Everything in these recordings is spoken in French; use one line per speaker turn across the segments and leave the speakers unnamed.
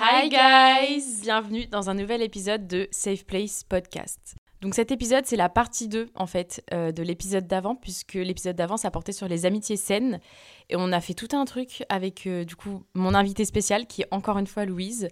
Hi guys Bienvenue dans un nouvel épisode de Safe Place Podcast. Donc cet épisode, c'est la partie 2 en fait euh, de l'épisode d'avant, puisque l'épisode d'avant, ça portait sur les amitiés saines. Et on a fait tout un truc avec euh, du coup mon invité spécial, qui est encore une fois Louise.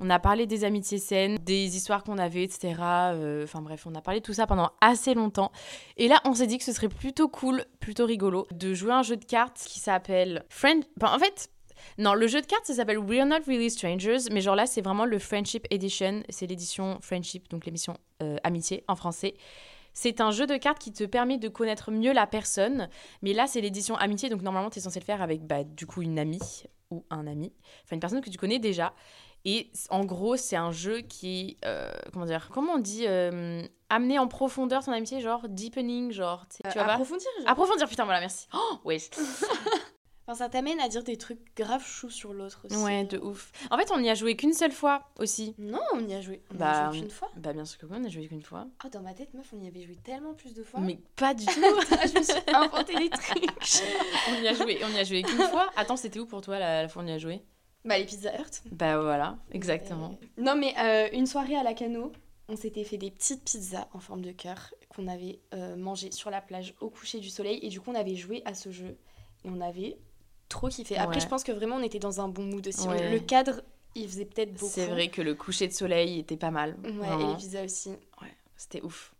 On a parlé des amitiés saines, des histoires qu'on avait, etc. Euh, Enfin bref, on a parlé de tout ça pendant assez longtemps. Et là, on s'est dit que ce serait plutôt cool, plutôt rigolo, de jouer à un jeu de cartes qui s'appelle Friend. Enfin, en fait, non, le jeu de cartes, ça s'appelle We're Not Really Strangers, mais genre là, c'est vraiment le Friendship Edition. C'est l'édition Friendship, donc l'émission euh, Amitié en français. C'est un jeu de cartes qui te permet de connaître mieux la personne, mais là, c'est l'édition Amitié, donc normalement, tu es censé le faire avec, bah, du coup, une amie ou un ami, enfin, une personne que tu connais déjà. Et c- en gros, c'est un jeu qui, euh, comment dire, comment on dit, euh, amener en profondeur ton amitié, genre deepening, genre, tu sais, tu
Euh,
vois pas
approfondir. genre.
Approfondir, putain, voilà, merci. Oh, wesh.
Enfin, ça t'amène à dire des trucs graves choux sur l'autre aussi.
Ouais, de ouf. En fait, on n'y a joué qu'une seule fois aussi.
Non, on y a joué. On y
Bah,
a
on-
joué qu'une fois.
Bah bien sûr que oui, on a joué qu'une fois.
Ah, dans ma tête, meuf, on y avait joué tellement plus de fois.
Mais pas du tout.
Ah, je me suis inventé des trucs.
on y a joué, on y a joué qu'une fois. Attends, c'était où pour toi la, la fois où on y a joué
bah, les pizzas Hut.
Bah voilà, exactement.
Euh, Non, mais euh, une soirée à la Cano, on s'était fait des petites pizzas en forme de cœur qu'on avait euh, mangées sur la plage au coucher du soleil. Et du coup, on avait joué à ce jeu. Et on avait trop kiffé. Après,
Ouais.
je pense que vraiment, on était dans un bon mood aussi.
Ouais.
Le cadre, il faisait peut-être beaucoup.
C'est vrai que le coucher de soleil était pas mal.
Ouais, et
vraiment.
les pizzas aussi.
C'était ouf.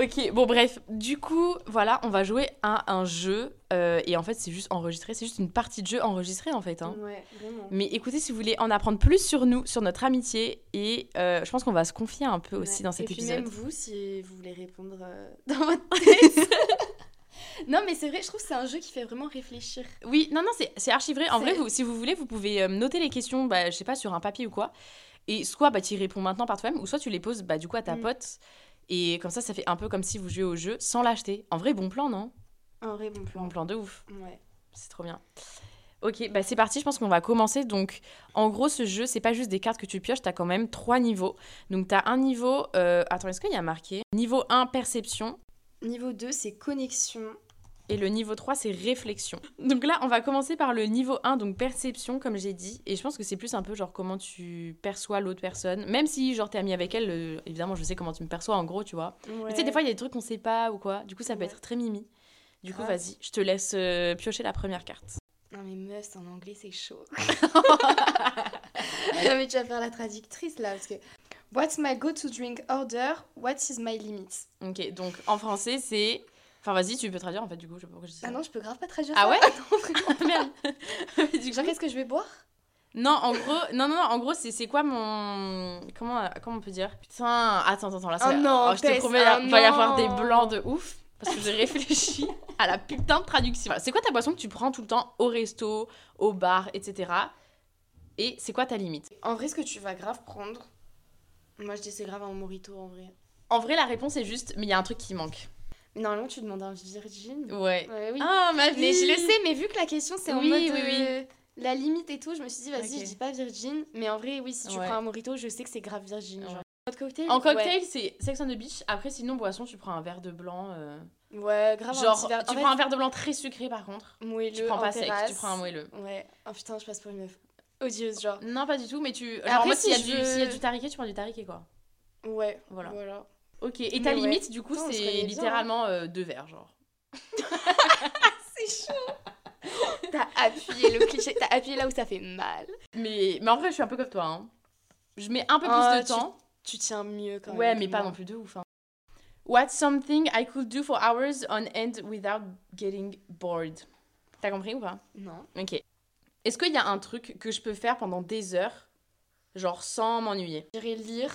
Ok, bon bref, du coup, voilà, on va jouer à un jeu. euh, et en fait, c'est juste enregistré, c'est juste une partie de jeu enregistrée en fait. hein.
Ouais, vraiment.
Mais écoutez, si vous voulez en apprendre plus sur nous, sur notre amitié, et euh, je pense qu'on va se confier un peu aussi
Ouais.
dans cet
Et puis
épisode.
même vous, si vous voulez répondre euh, dans votre tête. non, mais c'est vrai, je trouve que c'est un jeu qui fait vraiment réfléchir.
Oui, non, non, c'est- c'est archivé. En
C'est-
vrai, vous- si vous voulez, vous pouvez euh, noter les questions, bah, je sais pas, sur un papier ou quoi. Et soit bah, tu y réponds maintenant par toi-même, ou soit tu les poses bah, du coup à ta
Mm.
pote. Et comme ça, ça fait un peu comme si vous jouiez au jeu sans l'acheter. En vrai, bon plan, non
Un vrai bon plan.
Bon plan de ouf.
Ouais.
C'est trop bien. Ok, bah c'est parti, je pense qu'on va commencer. Donc, en gros, ce jeu, c'est pas juste des cartes que tu pioches, t'as quand même trois niveaux. Donc, t'as un niveau. euh, Attends, est-ce qu'il y a marqué Niveau 1, perception.
Niveau 2, c'est connexion.
Et le niveau 3, c'est réflexion. Donc là, on va commencer par le niveau 1, donc perception, comme j'ai dit. Et je pense que c'est plus un peu genre comment tu perçois l'autre personne. Même si, genre, t'es ami avec elle, euh, évidemment, je sais comment tu me perçois, en gros, tu vois. Mais Tu sais, des fois, il y a des trucs qu'on sait pas ou quoi. Du coup, ça peut
Ouais. Ah.
être très mimi. Du coup,
Grave.
vas-y, je te laisse euh, piocher la première carte.
Non, mais meuf, c'est en anglais, c'est chaud. non, mais tu vas faire la traductrice là, parce que. What's my go-to drink order? What is my limit?
Ok, donc en français, c'est. Enfin, vas-y, tu peux traduire en fait, du coup, je sais pas pourquoi je dis ça.
Ah non, je peux grave pas traduire
Ah
ça.
ouais
Non, vraiment.
Merde Du
Genre,
coup-
qu'est-ce que je vais boire?
Non, en gros, non, non, non, en gros, c'est c'est quoi mon. Comment, comment on peut dire Putain, attends, attends, attends, là, ça-
Oh non,
je te
Tess,
promets, il va-
oh
va y avoir des
non.
blancs de ouf. Parce que j'ai réfléchi à la putain de traduction. C'est quoi ta boisson que tu prends tout le temps au resto, au bar, etc. Et c'est quoi ta limite
En vrai, ce que tu vas grave prendre. Moi, je dis c'est grave un morito en vrai.
En vrai, la réponse est juste, mais il y a un truc qui manque.
Mais normalement, tu demandes un virgin.
Ouais.
Ouais, oui.
Ah, ma vie
Mais je le sais, mais vu que la question c'est en
Oui,
mode.
oui, oui.
euh, la limite et tout, je me suis dit, vas-y,
Ok.
je dis pas virgin, mais en vrai, oui, si tu
Ouais.
prends un morito, je sais que c'est grave virgin. genre.
Ouais.
En cocktail,
En
ouais.
cocktail, c'est Sex on the Beach. Après, sinon, boisson, tu prends un verre de blanc. euh,
Ouais, grave. Ah, un
Genre,
petit verre-
tu
en fait,
prends un verre de blanc très sucré par contre.
moelleux.
Tu prends
en
pas sec, tu
terrasse.
prends un moelleux.
Ouais. Oh putain, je passe pour une meuf odieuse, genre.
Non, pas du tout, mais tu. Genre,
après,
moi, s'il
si
y, a
je
du-
veux-
s'il y a du tariquet, tu prends du tariquet quoi.
Ouais,
Voilà.
voilà.
Ok, et
Mais
ta
ouais.
limite, du coup,
Putain, on se connaît
c'est
bien,
littéralement euh, deux verres, genre.
C'est chaud. T'as appuyé le cliché, t'as appuyé là où ça fait mal.
Mais, mais en vrai, je suis un peu comme toi. hein. Je mets un peu plus
Ah,
de
tu-
temps.
Tu tiens mieux quand
Ouais,
même.
mais pas non plus de ouf. hein. What's something I could do for hours on end without getting bored T'as compris ou pas
Non.
Ok. Est-ce qu'il y a un truc que je peux faire pendant des heures, genre sans m'ennuyer
J'irai lire,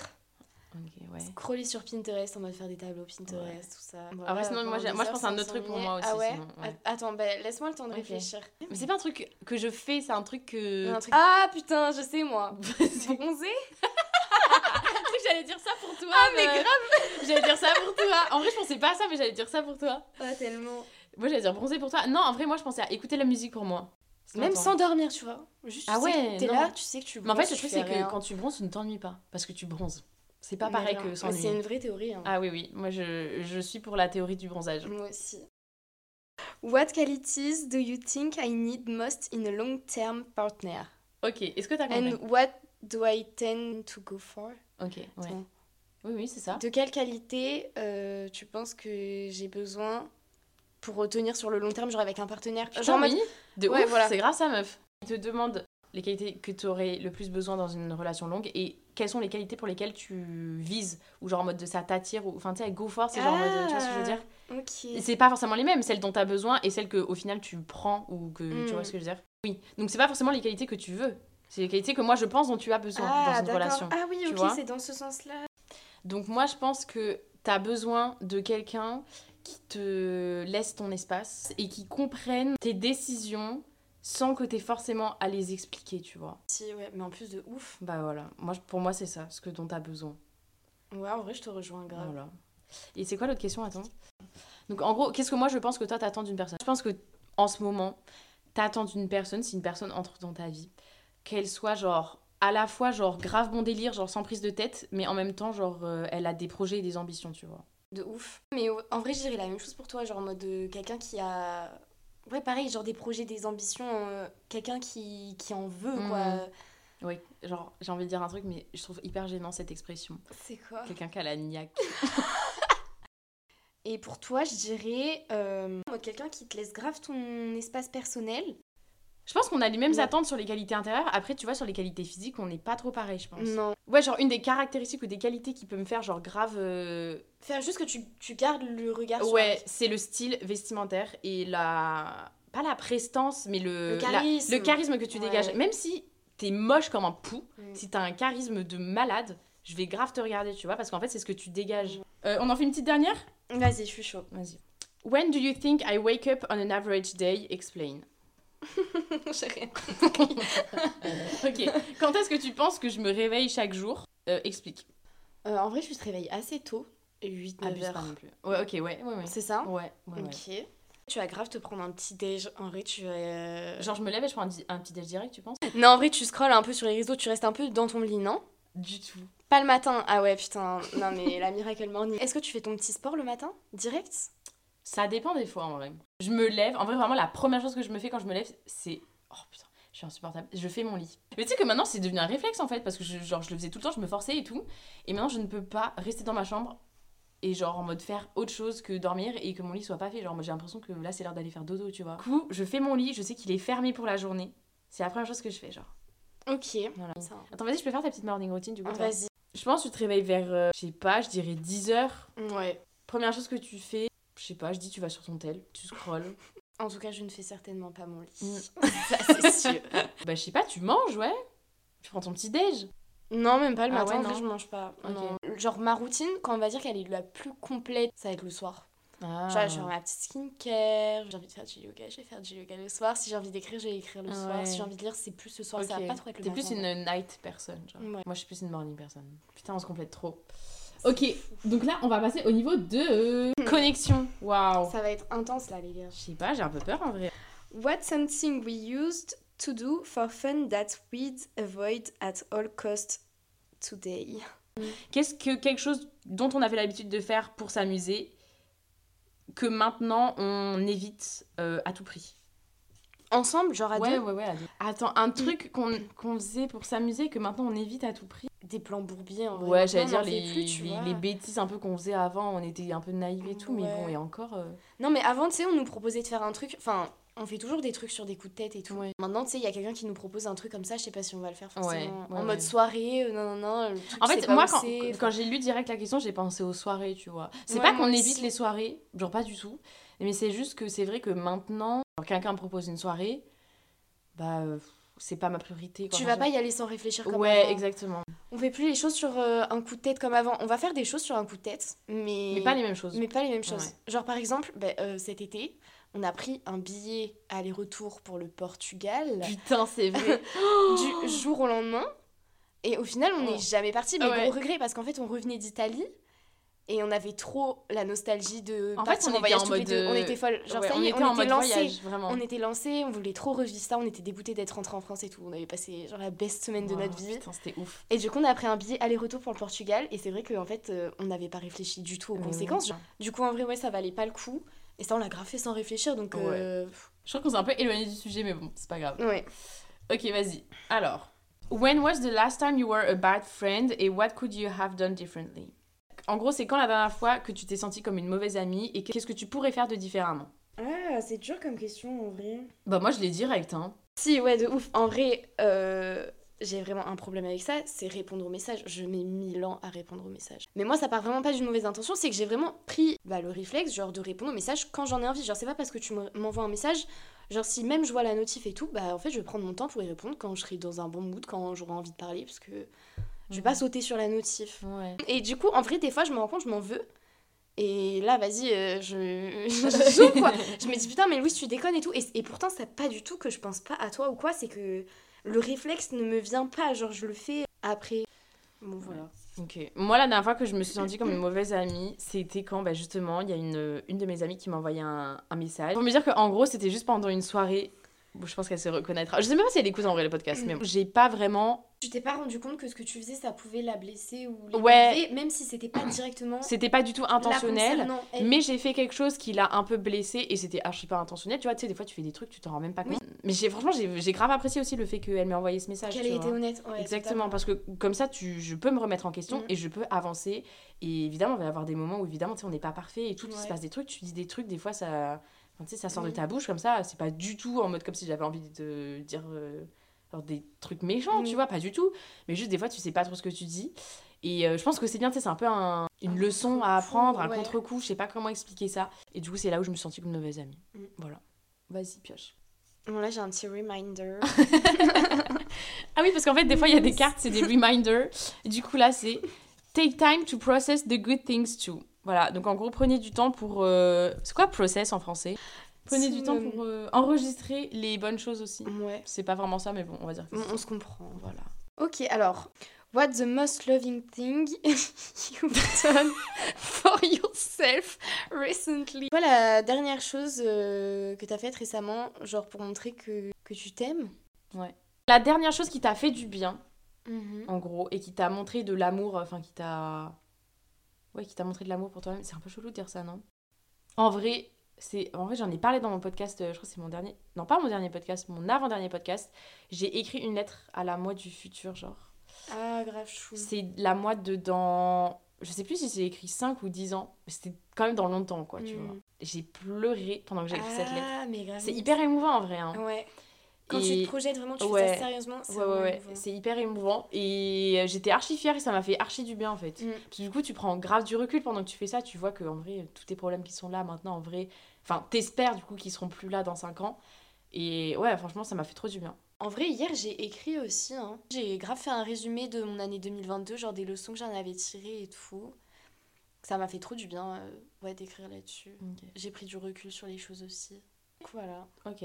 Ok, ouais.
scroller sur Pinterest, on va faire des tableaux Pinterest,
Ouais.
tout ça.
Ah ouais, sinon, moi, j'ai- moi, je pense à un autre truc pour moi aussi,
Ah ouais,
sinon, ouais.
A- Attends, bah, laisse-moi le temps de
Ok.
réfléchir.
Mais c'est pas un truc que je fais, c'est un truc que.
Un truc- Ah putain, je sais moi.
Vas-y.
Bronzer
J'allais dire ça pour toi.
Ah, mais
grave J'allais dire ça pour toi. En vrai, je pensais pas à ça, mais j'allais dire ça pour toi.
Ah tellement.
Moi, j'allais dire bronzer pour toi. Non, en vrai, moi, je pensais à écouter la musique pour moi. Sinon,
Même
attends.
s'endormir, tu vois. Juste, tu
Ah
sais que
ouais,
t'es
non.
là, tu sais que tu
Mais en fait,
bronzes,
le
tu
truc,
fais
c'est
rien.
que quand tu bronzes, tu ne t'ennuies pas. Parce que tu bronzes. C'est pas
Mais
pareil
rien.
que
Mais
s'ennuyer.
C'est une vraie théorie. hein.
Ah oui, oui. Moi, je, je suis pour la théorie du bronzage.
Moi aussi. What qualities do you think I need most in a long-term partner?
Ok, est-ce que t'as compris
And what do I tend to go for?
Ok, ouais.
Attends.
Oui, oui, c'est ça.
De quelle qualité euh, tu penses que j'ai besoin pour tenir sur le long terme, genre avec un partenaire?
Putain,
Genre en mode-
Euh, oui. De
Ouais,
ouf,
voilà.
c'est grâce à meuf. Il te demande les qualités que tu aurais le plus besoin dans une relation longue et quelles sont les qualités pour lesquelles tu vises ou genre en mode de ça t'attire ou enfin tu sais go for c'est genre en mode, tu vois ce que
Ah.
je veux dire Et
Ok.
c'est pas forcément les mêmes celles dont tu as besoin et celles que au final tu prends ou que tu
Mm.
vois ce que je veux dire oui donc c'est pas forcément les qualités que tu veux c'est les qualités que moi je pense dont tu as besoin
Ah,
dans une
d'accord.
relation
Ah oui,
tu
ok,
vois.
c'est dans ce sens-là.
donc moi je pense que tu as besoin de quelqu'un qui te laisse ton espace et qui comprenne tes décisions sans que t'aies forcément à les expliquer tu vois
Si, ouais, mais en plus de ouf.
Bah voilà, moi, je- pour moi c'est ça, ce que dont t'as besoin.
Ouais, en vrai, je te rejoins grave.
Voilà. Et c'est quoi l'autre question Attends. Donc en gros, qu'est-ce que moi je pense que toi t'attends d'une personne Je pense que en ce moment, t'attends d'une personne, si une personne entre dans ta vie, qu'elle soit genre à la fois genre grave bon délire, genre sans prise de tête, mais en même temps genre euh, elle a des projets et des ambitions, tu vois.
De ouf. Mais au- en vrai, je dirais la même chose pour toi, genre en mode euh, quelqu'un qui a. Ouais, pareil, genre des projets, des ambitions, euh, quelqu'un qui, qui en veut,
Mhm.
quoi.
Oui, genre j'ai envie de dire un truc, mais je trouve hyper gênant cette expression.
C'est quoi
Quelqu'un qui a la niaque.
Et pour toi, je dirais euh, en mode quelqu'un qui te laisse grave ton espace personnel.
Je pense qu'on a les mêmes
Ouais.
attentes sur les qualités intérieures. Après, tu vois, sur les qualités physiques, on n'est pas trop pareil, je pense.
Non.
Ouais, genre une des caractéristiques ou des qualités qui peut me faire genre grave. euh,
Faire juste que tu, tu gardes le regard sur
Ouais,
la-
c'est le style vestimentaire et la pas la prestance, mais le
Le charisme.
la- le charisme que tu
Ouais.
dégages. Même si t'es moche comme un pou,
Mm.
si t'as un charisme de malade, je vais grave te regarder, tu vois, parce qu'en fait c'est ce que tu dégages. Euh, on en fait une petite dernière.
Vas-y, je suis chaud.
Vas-y. When do you think I wake up on an average day? Explain.
J'ai rien.
ok. Quand est-ce que tu penses que je me réveille chaque jour? Euh, explique.
Euh, en vrai, je te réveille assez tôt, 8 9
Abuse pas
heures.
non plus. Ouais, ok, ouais, ouais, ouais.
C'est ça
Ouais, ouais, ouais.
Ok. Tu vas grave te prendre un petit déj. En vrai, tu vas. euh,
Genre, je me lève et je prends un, di- un petit déj direct, tu penses
Non, en vrai, tu scrolles un peu sur les réseaux, tu restes un peu dans ton lit, non
Du tout.
Pas le matin. Ah ouais, putain. Non, mais la Miracle Morning. Est-ce que tu fais ton petit sport le matin Direct
Ça dépend des fois, en vrai. Je me lève, en vrai, vraiment, la première chose que je me fais quand je me lève, c'est. Oh putain, je suis insupportable. Je fais mon lit. Mais tu sais que maintenant, c'est devenu un réflexe, en fait, parce que je, genre, je le faisais tout le temps, je me forçais et tout. Et maintenant, je ne peux pas rester dans ma chambre et, genre, en mode faire autre chose que dormir et que mon lit soit pas fait. Genre, moi, j'ai l'impression que là, c'est l'heure d'aller faire dodo, tu vois. Du coup, je fais mon lit, je sais qu'il est fermé pour la journée. C'est la première chose que je fais, genre.
Ok.
Voilà.
Ça.
Attends, vas-y, je peux faire ta petite morning routine, du coup. toi
Vas-y.
Je pense que tu te réveilles vers, euh, je sais pas, je dirais 10h.
Ouais.
Première chose que tu fais, je sais pas, je dis tu vas sur ton tel, tu scrolls.
En tout cas, je ne fais certainement pas mon
Mm.
lit. ça, c'est sûr.
bah je sais pas, tu manges, ouais. Tu prends ton petit déj.
Non, même pas le
Ah
matin.
ouais,
en vrai,
non.
je mange pas.
Ok.
Non. Genre, ma routine, quand on va dire qu'elle est la plus complète, ça va être le soir.
Ah.
Genre, je vais faire ma petite skincare. J'ai envie de faire du yoga, je vais faire du yoga le soir. Si j'ai envie d'écrire, je vais écrire le
Ah ouais.
soir. Si j'ai envie de lire, c'est plus le soir. Ça va pas trop être le
T'es
matin.
plus une night personne, genre.
Ouais.
Moi je suis plus une morning personne. Putain, on se complète trop. Ok, donc là on va passer au niveau de euh, connexion. Waouh.
Ça va être intense là, les gars.
Je sais pas, j'ai un peu peur en vrai.
What's something we used To do for fun that we'd avoid at all cost today.
Qu'est-ce que quelque chose dont on avait l'habitude de faire pour s'amuser que maintenant on évite euh, à tout prix
Ensemble, genre à deux,
ouais, ouais. Attends, un truc qu'on qu'on faisait pour s'amuser que maintenant on évite à tout prix.
des plans bourbiers en vrai.
Ouais, j'allais
Maintenant, on
dire
en fait
les,
plus, tu
les-
vois.
les bêtises un peu qu'on faisait avant, on était un peu naïfs et tout, mais
Ouais.
bon, et encore. euh,
Non, mais avant, tu sais, on nous proposait de faire un truc. Enfin, on fait toujours des trucs sur des coups de tête et tout.
Ouais.
Maintenant, tu sais, il y a quelqu'un qui nous propose un truc comme ça, je sais pas si on va le faire
Ouais,
forcément.
ouais,
en
ouais.
mode soirée, euh, non, non, non. le truc,
En
tu sais
fait,
pas
moi,
où
quand,
c'est.
quand j'ai lu direct la question, j'ai pensé aux soirées, tu vois. C'est
Ouais,
pas
moi
qu'on
aussi.
évite les soirées, genre pas du tout, mais c'est juste que c'est vrai que maintenant, quand quelqu'un me propose une soirée, bah, euh, c'est pas ma priorité. quoi.
Tu vas pas y aller sans réfléchir comme
Ouais,
avant.
exactement.
On fait plus les choses sur euh, un coup de tête comme avant. On va faire des choses sur un coup de tête, mais,
Mais pas les mêmes choses.
mais pas les mêmes choses.
Ouais.
Genre, par exemple, ben, euh, cet été, on a pris un billet aller-retour pour le Portugal
Putain, c'est vrai.
du jour au lendemain. Et au final, on n'est
Oh.
jamais parti. Mais
Ouais.
gros regret, parce qu'en fait, on revenait d'Italie. Et on avait trop la nostalgie de
En
partir
fait, on était
voyage
en
tous les
mode,
deux. On
euh,
était folle. Genre,
Ouais,
ça
on
y est,
était en
on était
mode
lancés.
voyage, vraiment.
On était lancés, on voulait trop revivre ça. On était dégoûtés d'être rentrés en France et tout. On avait passé genre la best semaine de
Waouh,
notre vie.
Oh, Putain, c'était ouf.
Et du coup, on a pris un billet aller-retour pour le Portugal. Et c'est vrai qu'en fait, euh, on n'avait pas réfléchi du tout aux
Mais
conséquences.
ouais.
genre. Du coup, en vrai, ouais, ça valait pas le coup. Et ça, on l'a graffé sans réfléchir. Donc,
Ouais.
euh,
Je crois qu'on s'est un peu éloigné du sujet, mais bon, c'est pas grave.
ouais.
Ok, vas-y. Alors, when was the last time you were a bad friend et what could you have done differently? En gros, c'est quand la dernière fois que tu t'es senti comme une mauvaise amie et qu'est-ce que tu pourrais faire de différemment?
Ah, c'est dur comme question en vrai.
Bah moi, je l'ai direct, hein.
Si, ouais, de ouf. En vrai, euh, j'ai vraiment un problème avec ça, c'est répondre aux messages. Je mets mille ans à répondre aux messages. Mais moi, ça part vraiment pas d'une mauvaise intention, c'est que j'ai vraiment pris bah, le réflexe, genre, de répondre aux messages quand j'en ai envie. Genre, c'est pas parce que tu me- m'envoies un message, genre, si même je vois la notif et tout, bah, en fait, je vais prendre mon temps pour y répondre quand je serai dans un bon mood, quand j'aurai envie de parler, parce que je vais pas sauter sur la notif.
Ouais.
Et du coup, en vrai, des fois, je me rends compte, je m'en veux. Et là, vas-y, euh, je, je zoome, quoi. Je me dis, putain, mais Louis, tu déconnes et tout. Et, et pourtant, c'est pas du tout que je pense pas à toi ou quoi. C'est que le réflexe ne me vient pas. Genre, je le fais après. Bon, voilà.
Ok. Moi, la dernière fois que je me suis sentie comme une mauvaise amie, c'était quand, bah, justement, il y a une, une de mes amies qui m'a envoyé un, un message pour me dire qu'en gros, c'était juste pendant une soirée. Bon, je pense qu'elle se reconnaîtra. Je sais même pas si elle écoute en vrai le podcast, mais bon, j'ai pas vraiment.
Tu t'es pas rendu compte que ce que tu faisais, ça pouvait la blesser ou l'énerver,
Ouais.
même si c'était pas directement
C'était pas du tout
la
intentionnel.
concernant, elle.
Mais j'ai fait quelque chose qui l'a un peu blessée et c'était archi pas intentionnel. Tu vois, tu sais, des fois tu fais des trucs, tu t'en rends même pas compte. Mais j'ai franchement, j'ai j'ai grave apprécié aussi le fait qu'elle m'ait envoyé ce message.
Qu'elle
tu
ait
vois.
été honnête. Ouais,
Exactement, parce que comme ça, tu, je peux me remettre en question
Mm.
et je peux avancer. Et évidemment, il va y avoir des moments où évidemment, tu sais, on n'est pas parfait et tout, il
Ouais.
se passe des trucs, tu dis des trucs, des fois, ça, enfin, tu sais, ça sort de
Mm.
ta bouche comme ça. C'est pas du tout en mode comme si j'avais envie de te dire euh, genre des trucs méchants,
Mm.
tu vois, pas du tout. Mais juste des fois, tu sais pas trop ce que tu dis. Et euh, je pense que c'est bien, tu sais, c'est un peu un- une
Un
leçon à
contre-coup,
apprendre, un
ouais.
contre-coup, je sais pas comment expliquer ça. Et du coup, c'est là où je me suis sentie comme une mauvaise amie.
Mm.
Voilà. Vas-y, pioche.
Bon, là, j'ai un petit reminder.
Ah oui, parce qu'en fait, des fois, il y a des cartes, c'est des reminders. Du coup, là, c'est Take time to process the good things too. Voilà, donc en gros, prenez du temps pour. euh, C'est quoi process en français Prenez du
C'est,
temps
euh,
pour euh, enregistrer les bonnes choses aussi.
ouais.
C'est pas vraiment ça, mais bon, on va dire que
On,
c'est.
on se comprend.
Voilà.
Ok, alors, what the most loving thing you've done for yourself recently Quoi la dernière chose euh, que t'as faite récemment, genre pour montrer que, que tu t'aimes
La dernière chose qui t'a fait du bien, en gros, et qui t'a montré de l'amour, enfin, qui t'a. Ouais, qui t'a montré de l'amour pour toi-même. C'est un peu chelou de dire ça, non En vrai, c'est. En vrai, j'en ai parlé dans mon podcast, euh, je crois que c'est mon dernier. Non, pas mon dernier podcast, mon avant-dernier podcast. J'ai écrit une lettre à la moi du futur, genre.
Ah, grave chou.
C'est la moi de dans. Je sais plus si j'ai écrit 5 ou 10 ans, mais c'était quand même dans longtemps, quoi, tu
Mm.
vois. J'ai pleuré pendant que j'ai écrit cette lettre.
Ah, mais grave.
C'est hyper émouvant, en vrai. hein.
Ouais. Quand
Et-
tu te projettes vraiment, tu fais
Ouais.
ça sérieusement, c'est
Ouais, ouais,
vraiment
ouais.
émouvant.
C'est hyper émouvant. Et euh, j'étais archi fière et ça m'a fait archi du bien en fait.
Mm.
Parce que du coup, tu prends grave du recul pendant que tu fais ça. Tu vois que en vrai, euh, tous tes problèmes qui sont là maintenant, en vrai. Enfin, t'espères du coup qu'ils seront plus là dans 5 ans. Et ouais, franchement, ça m'a fait trop du bien.
En vrai, hier, j'ai écrit aussi. hein. J'ai grave fait un résumé de mon année 2022, genre des leçons que j'en avais tirées et tout. Ça m'a fait trop du bien euh, ouais, d'écrire là-dessus. J'ai pris du recul sur les choses aussi. Donc voilà.
Ok.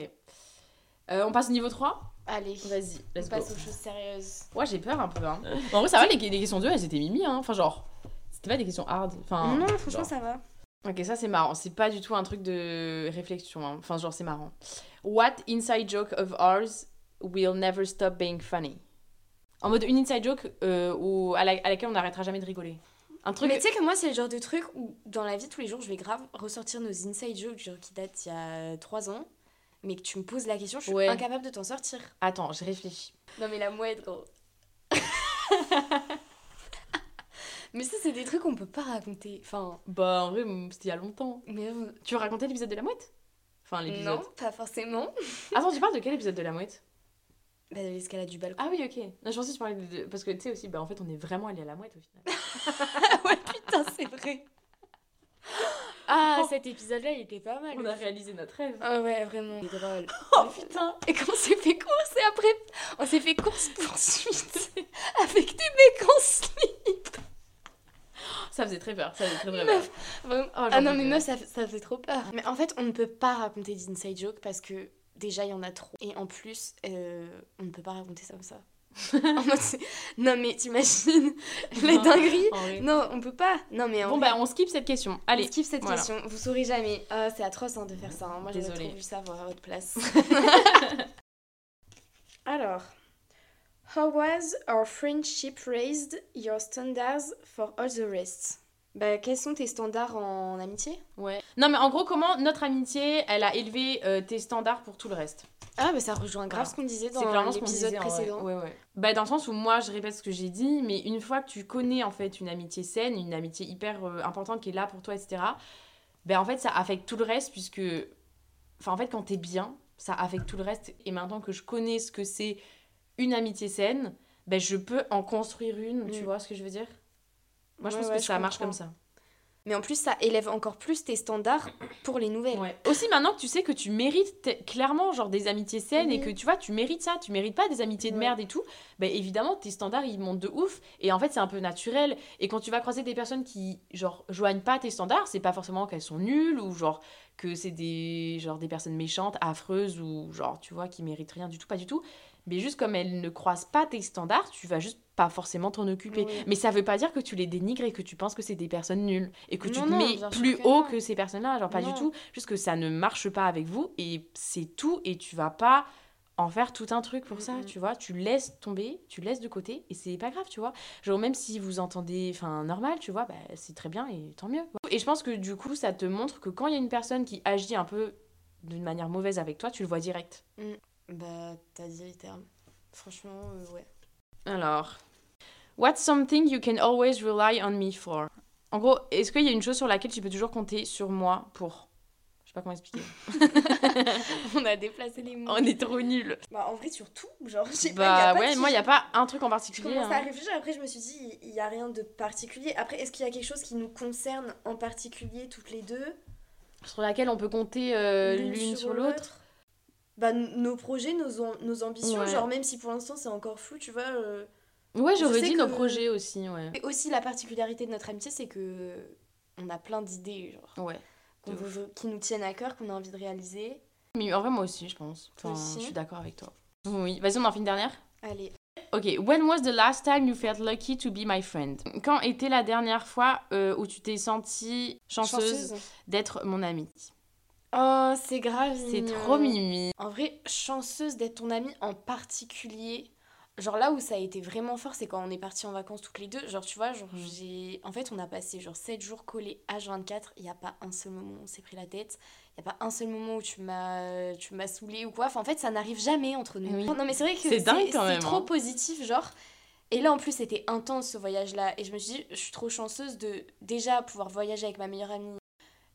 Euh, on passe au niveau 3
Allez,
Vas-y,
on
let's go.
passe aux choses sérieuses.
Ouais, j'ai peur un peu. Hein. en vrai, ça va, les, les questions 2, elles étaient mimi. Hein. Enfin, genre, c'était pas des questions hard. Enfin,
non, franchement,
genre.
ça va.
Ok, ça c'est marrant. C'est pas du tout un truc de réflexion. hein. Enfin, genre, c'est marrant. What inside joke of ours We'll never stop being funny. En mode une inside joke euh, où, à, la- à laquelle on n'arrêtera jamais de rigoler. Un truc.
Mais tu sais que moi, c'est le genre de truc où, dans la vie, tous les jours, je vais grave ressortir nos inside jokes genre, qui datent d'il y a 3 ans, mais que tu me poses la question, je suis
Ouais.
incapable de t'en sortir.
Attends, je réfléchis.
Non, mais la mouette, gros. mais ça, c'est des trucs qu'on peut pas raconter. Enfin,
Bah, en vrai, c'était il y a longtemps.
mais. euh,
Tu veux raconter l'épisode de la mouette Enfin, l'épisode.
Non, pas forcément.
Attends, tu parles de quel épisode de la mouette
Bah, de l'escalade du balcon.
Ah oui, ok. Non, je pensais que tu parlais de. Parce que tu sais aussi, bah en fait, on est vraiment allé à la mouette au final.
Putain, c'est vrai. Ah, cet épisode-là, il était pas mal. Oh,
on a réalisé notre rêve.
Ah ouais, vraiment. C'est drôle.
Oh putain
Et quand on s'est fait course et après, on s'est fait course poursuite avec des mecs en slip.
Ça faisait très peur, ça faisait très, très peur.
Vraiment.
Oh, j'en
ah non,
peux
mais
plus.
meuf, ça, ça fait trop peur. Mais en fait, on ne peut pas raconter d'inside jokes parce que déjà, il y en a trop. Et en plus, euh, on ne peut pas raconter ça comme ça. en mode, c'est- non, mais t'imagines la
Non,
dinguerie
en vrai.
Non, on peut pas. Non, mais en
Bon,
vrai,
bah, on skip cette question.
on
Allez.
skip cette
voilà.
question. Vous saurez jamais. Ah, c'est atroce hein, de faire ça. hein. Moi, j'aurais
Désolée.
trop vu ça voir à votre place. Alors, how was our friendship raised your standards for all the rest Bah, quels sont tes standards en amitié
Ouais. Non, mais en gros, comment notre amitié, elle a élevé euh, tes standards pour tout le reste
Ah, bah ça rejoint grave
Voilà.
ce qu'on disait
C'est clairement
dans
ce qu'on
l'épisode
disait, en vrai.
précédent.
Ouais, ouais. Bah, dans le sens où moi, je répète ce que j'ai dit, mais une fois que tu connais en fait une amitié saine, une amitié hyper euh, importante qui est là pour toi, etc., bah, en fait, ça affecte tout le reste, puisque. Enfin, en fait, quand t'es bien, ça affecte tout le reste. Et maintenant que je connais ce que c'est une amitié saine, ben je peux en construire une, tu
Mm.
vois ce que je veux dire Moi, je
Ouais,
pense
ouais,
que
je
ça marche
comprends.
comme ça.
Mais en plus, ça élève encore plus tes standards pour les nouvelles.
Ouais. Aussi maintenant que tu sais que tu mérites t- clairement genre des amitiés saines et
Mhm.
que tu vois tu mérites ça, tu mérites pas des amitiés de
Ouais.
merde et tout, bah évidemment tes standards ils montent de ouf et en fait c'est un peu naturel et quand tu vas croiser des personnes qui genre joignent pas tes standards, c'est pas forcément qu'elles sont nulles ou genre que c'est des genre des personnes méchantes, affreuses ou genre tu vois qui méritent rien du tout, pas du tout, mais juste comme elles ne croisent pas tes standards, tu vas juste pas forcément t'en occuper.
Ouais.
Mais ça veut pas dire que tu les dénigres et que tu penses que c'est des personnes nulles et que
Non,
tu te
non,
mets
bien sûr
plus
que
haut
non.
que ces personnes-là, genre pas
Non.
du tout, juste que ça ne marche pas avec vous et c'est tout et tu vas pas en faire tout un truc pour ça,
Mm, mm.
tu vois, tu laisses tomber, tu laisses de côté et c'est pas grave, tu vois. Genre même si vous entendez enfin normal, tu vois, bah, c'est très bien et tant mieux. Et je pense que du coup, ça te montre que quand il y a une personne qui agit un peu d'une manière mauvaise avec toi, tu le vois direct.
Bah, t'as dit les termes. Franchement, euh, ouais.
Alors, what's something you can always rely on me for? En gros, est-ce qu'il y a une chose sur laquelle tu peux toujours compter sur moi pour Je sais pas comment expliquer.
On a déplacé les mots.
On est trop nuls.
Bah, en vrai, sur tout. Genre, je sais pas, y a
Bah
pas
ouais,
de-
moi il y a pas un truc en
Je
particulier.
commence à
hein.
réfléchir, après je me suis dit, il n'y a rien de particulier. Après, est-ce qu'il y a quelque chose qui nous concerne en particulier toutes les deux
Sur laquelle on peut compter euh, l'une sur l'autre.
bah, n- nos projets, nos, am- nos ambitions,
Ouais.
genre même si pour l'instant c'est encore flou, tu vois. euh.
Ouais,
Je
j'aurais
sais
dit
que-
nos projets aussi, ouais.
Et aussi la particularité de notre amitié, c'est que on a plein d'idées, genre,
Ouais.
qu'on
de
veut- qui nous tiennent à cœur, qu'on a envie de réaliser.
Mais en vrai, moi aussi, je pense.
Toi
Enfin,
aussi.
je suis d'accord avec toi. Oui, vas-y, on en fait une dernière.
Allez.
Ok, when was the last time you felt lucky to be my friend? Quand était la dernière fois euh, où tu t'es sentie chanceuse, d'être mon amie?
Oh, c'est grave.
C'est
mignon.
trop mimi.
En vrai, chanceuse d'être ton amie en particulier. Genre là où ça a été vraiment fort, c'est quand on est parti en vacances toutes les deux. Genre, tu vois, genre
Mm.
j'ai. En fait, on a passé genre 7 jours collés H24. Il n'y a pas un seul moment où on s'est pris la tête. Il n'y a pas un seul moment où tu m'as tu m'as saoulé ou quoi. Enfin, en fait, ça n'arrive jamais entre nous.
Eh Oui.
Non, mais c'est vrai que
C'est dingue quand
c'est
même,
trop
hein.
positif, genre. Et là, en plus, c'était intense ce voyage-là. Et je me suis dit, je suis trop chanceuse de déjà pouvoir voyager avec ma meilleure amie.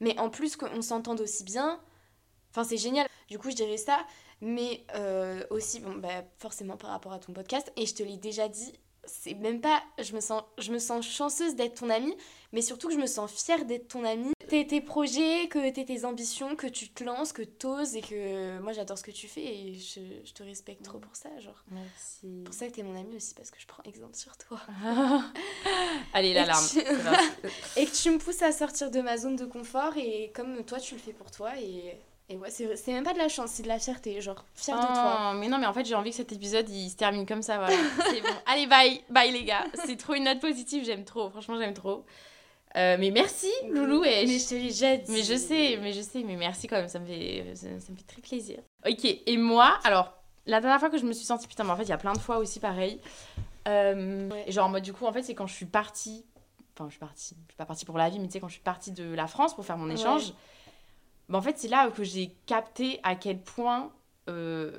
Mais en plus, qu'on s'entende aussi bien. Enfin, c'est génial. Du coup, je dirais ça. Mais euh, aussi, bon, bah, forcément par rapport à ton podcast. Et je te l'ai déjà dit, c'est même pas. Je me sens, je me sens chanceuse d'être ton amie, mais surtout que je me sens fière d'être ton amie. T'es tes projets, que t'es tes ambitions, que tu te lances, que t'oses et que moi j'adore ce que tu fais et je, je te respecte trop pour ça. Genre,
Merci.
pour ça que t'es mon amie aussi parce que je prends exemple sur toi.
Allez, l'alarme.
Et tu-
c'est parti.
Et que tu me pousses à sortir de ma zone de confort et comme toi tu le fais pour toi et. Et ouais, c'est c'est même pas de la chance, c'est de la fierté, genre, fière de toi.
Oh, mais non, mais en fait, j'ai envie que cet épisode il se termine comme ça. Voilà. C'est bon. Allez, bye, bye les gars. C'est trop une note positive, j'aime trop. Franchement, j'aime trop. Euh, mais merci, Loulou. Et
Mais je te l'ai déjà dit.
Oh, Mais je sais, mais je sais, mais merci quand même, ça me fait, ça, ça me fait très plaisir. Ok, et moi, alors, La dernière fois que je me suis sentie, putain, mais en fait, il y a plein de fois aussi pareil. Euh,
Ouais.
et Genre, moi, du coup, en fait, c'est quand je suis partie. Enfin, je suis partie. Je suis pas partie pour la vie, mais tu sais, quand je suis partie de la France pour faire mon
Ouais.
échange, bah, en fait, c'est là que j'ai capté à quel point, euh,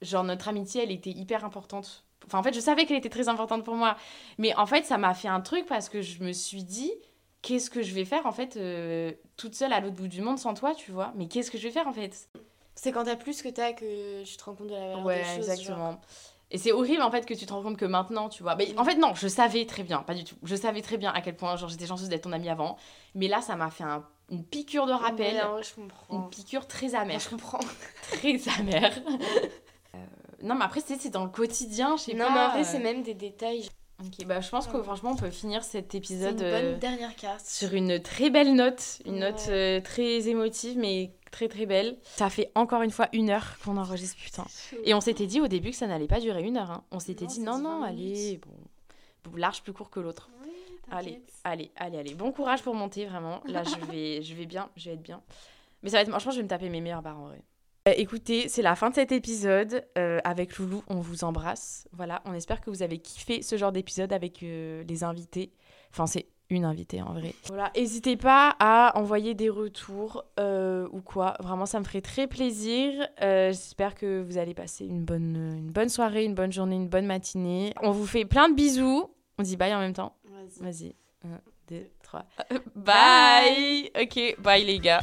genre, notre amitié, elle était hyper importante. Enfin, en fait, je savais qu'elle était très importante pour moi. Mais en fait, ça m'a fait un truc parce que je me suis dit, qu'est-ce que je vais faire, en fait, euh, toute seule à l'autre bout du monde sans toi, tu vois Mais qu'est-ce que je vais faire, en fait
C'est quand t'as plus que t'as que tu te rends compte de la valeur
Ouais,
des choses. genre.
exactement. Et c'est horrible en fait que tu te rends compte que maintenant, tu vois. Mais en fait, non, je savais très bien, pas du tout. Je savais très bien à quel point genre j'étais chanceuse d'être ton amie avant. Mais là, ça m'a fait un- une piqûre de rappel,
Ouais, ouais, je
une
comprends.
piqûre très amère.
Je comprends.
très amère. Euh, non, mais après, c'est c'est dans le quotidien, je sais pas.
Non, mais en vrai,
euh,
c'est même des détails.
Ok, bah je pense que franchement, on peut finir cet
C'est une
épisode euh,
bonne dernière carte.
sur une très belle note. Une note euh,
Ouais.
très émotive, mais très très belle.
Ça fait encore une fois une heure qu'on enregistre, putain.
Et on s'était dit au début que ça n'allait pas durer une heure. hein. On s'était
Non,
dit
ça
non,
dit
non,
20
allez, bon, large plus court que l'autre. Allez,
Allez.
allez, allez, allez. Bon courage pour monter, vraiment. Là, je vais, je vais bien, je vais être bien. Mais ça va être, franchement, je vais me taper mes meilleures barres en vrai. Euh, écoutez, c'est la fin de cet épisode Euh, avec Loulou. On vous embrasse. Voilà, on espère que vous avez kiffé ce genre d'épisode avec euh, les invités. Enfin, c'est une invitée en vrai. Voilà, n'hésitez pas à envoyer des retours euh, ou quoi. Vraiment, ça me ferait très plaisir. Euh, J'espère que vous allez passer une bonne, une bonne soirée, une bonne journée, une bonne matinée. On vous fait plein de bisous. On dit bye en même temps.
Vas-y.
Vas-y. 1, 2, 3.
Bye.
Bye Ok, bye les gars.